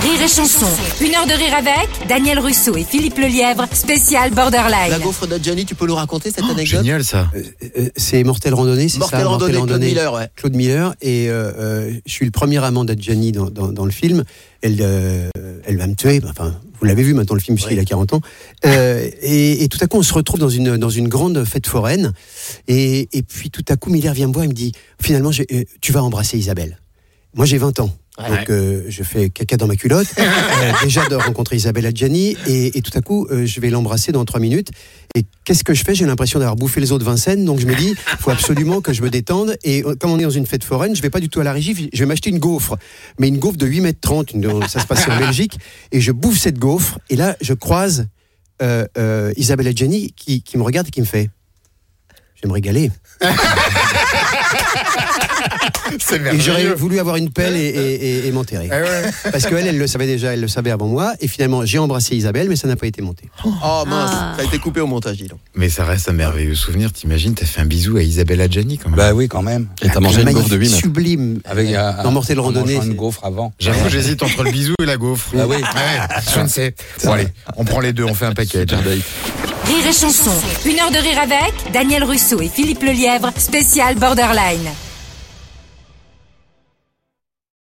Rire et chanson. Une heure de rire avec Daniel Russo et Philippe Lelièvre, spécial La Borderline. gaufre de Johnny, tu peux nous raconter cette anecdote Oh, Génial ça. Euh, c'est Mortel Randonnée, c'est Mortel ça Randonnée, Claude Miller, ouais. Claude Miller, et euh, euh, je suis le premier amant de Gianni dans, dans- dans le film. Elle, euh, elle va me tuer, enfin, vous l'avez vu maintenant le film, puisqu'il a 40 ans. Euh, et, et tout à coup, on se retrouve dans une, dans une grande fête foraine, et, et puis tout à coup, Miller vient me voir et me dit, finalement, j'ai- euh, tu vas embrasser Isabelle. Moi, j'ai 20 ans. Donc, euh, je fais caca dans ma culotte. Euh, déjà de rencontrer Isabelle Adjani. Et, et tout à coup, euh, je vais l'embrasser dans trois minutes. Et qu'est-ce que je fais J'ai l'impression d'avoir bouffé les os de Vincennes. Donc, je me dis, faut absolument que je me détende. Et euh, comme on est dans une fête foraine, je vais pas du tout à la régie. Je vais m'acheter une gaufre. Mais une gaufre de 8 mètres 30. une- euh, Ça se passait en Belgique. Et je bouffe cette gaufre. Et là, je croise euh, euh, Isabelle Adjani qui, qui me regarde et qui me fait Je vais me régaler. C'est Et j'aurais voulu avoir une pelle et, et- et- et m'enterrer. Parce qu'elle, elle le savait déjà, elle le savait avant moi. Et finalement, j'ai embrassé Isabelle, mais ça n'a pas été monté. Oh mince, ça a été coupé au montage, dis donc. Mais ça reste un merveilleux souvenir. T'imagines, t'as fait un bisou à Isabelle Adjani quand même. Bah oui, quand même. Et t'as mangé une Magnifique, gaufre de 8 mètres. Sublime. Avec un, Dans Mortel en Randonnée, mangeant une c'est- gaufre avant. J'avoue, j'hésite entre le bisou et la gaufre. Bah oui. Ouais, je ne sais. Bon, allez, on prend les deux, on fait un paquet. Rire et chanson. Une heure de rire avec Daniel Russo et Philippe Lelièvre, spécial Borderline.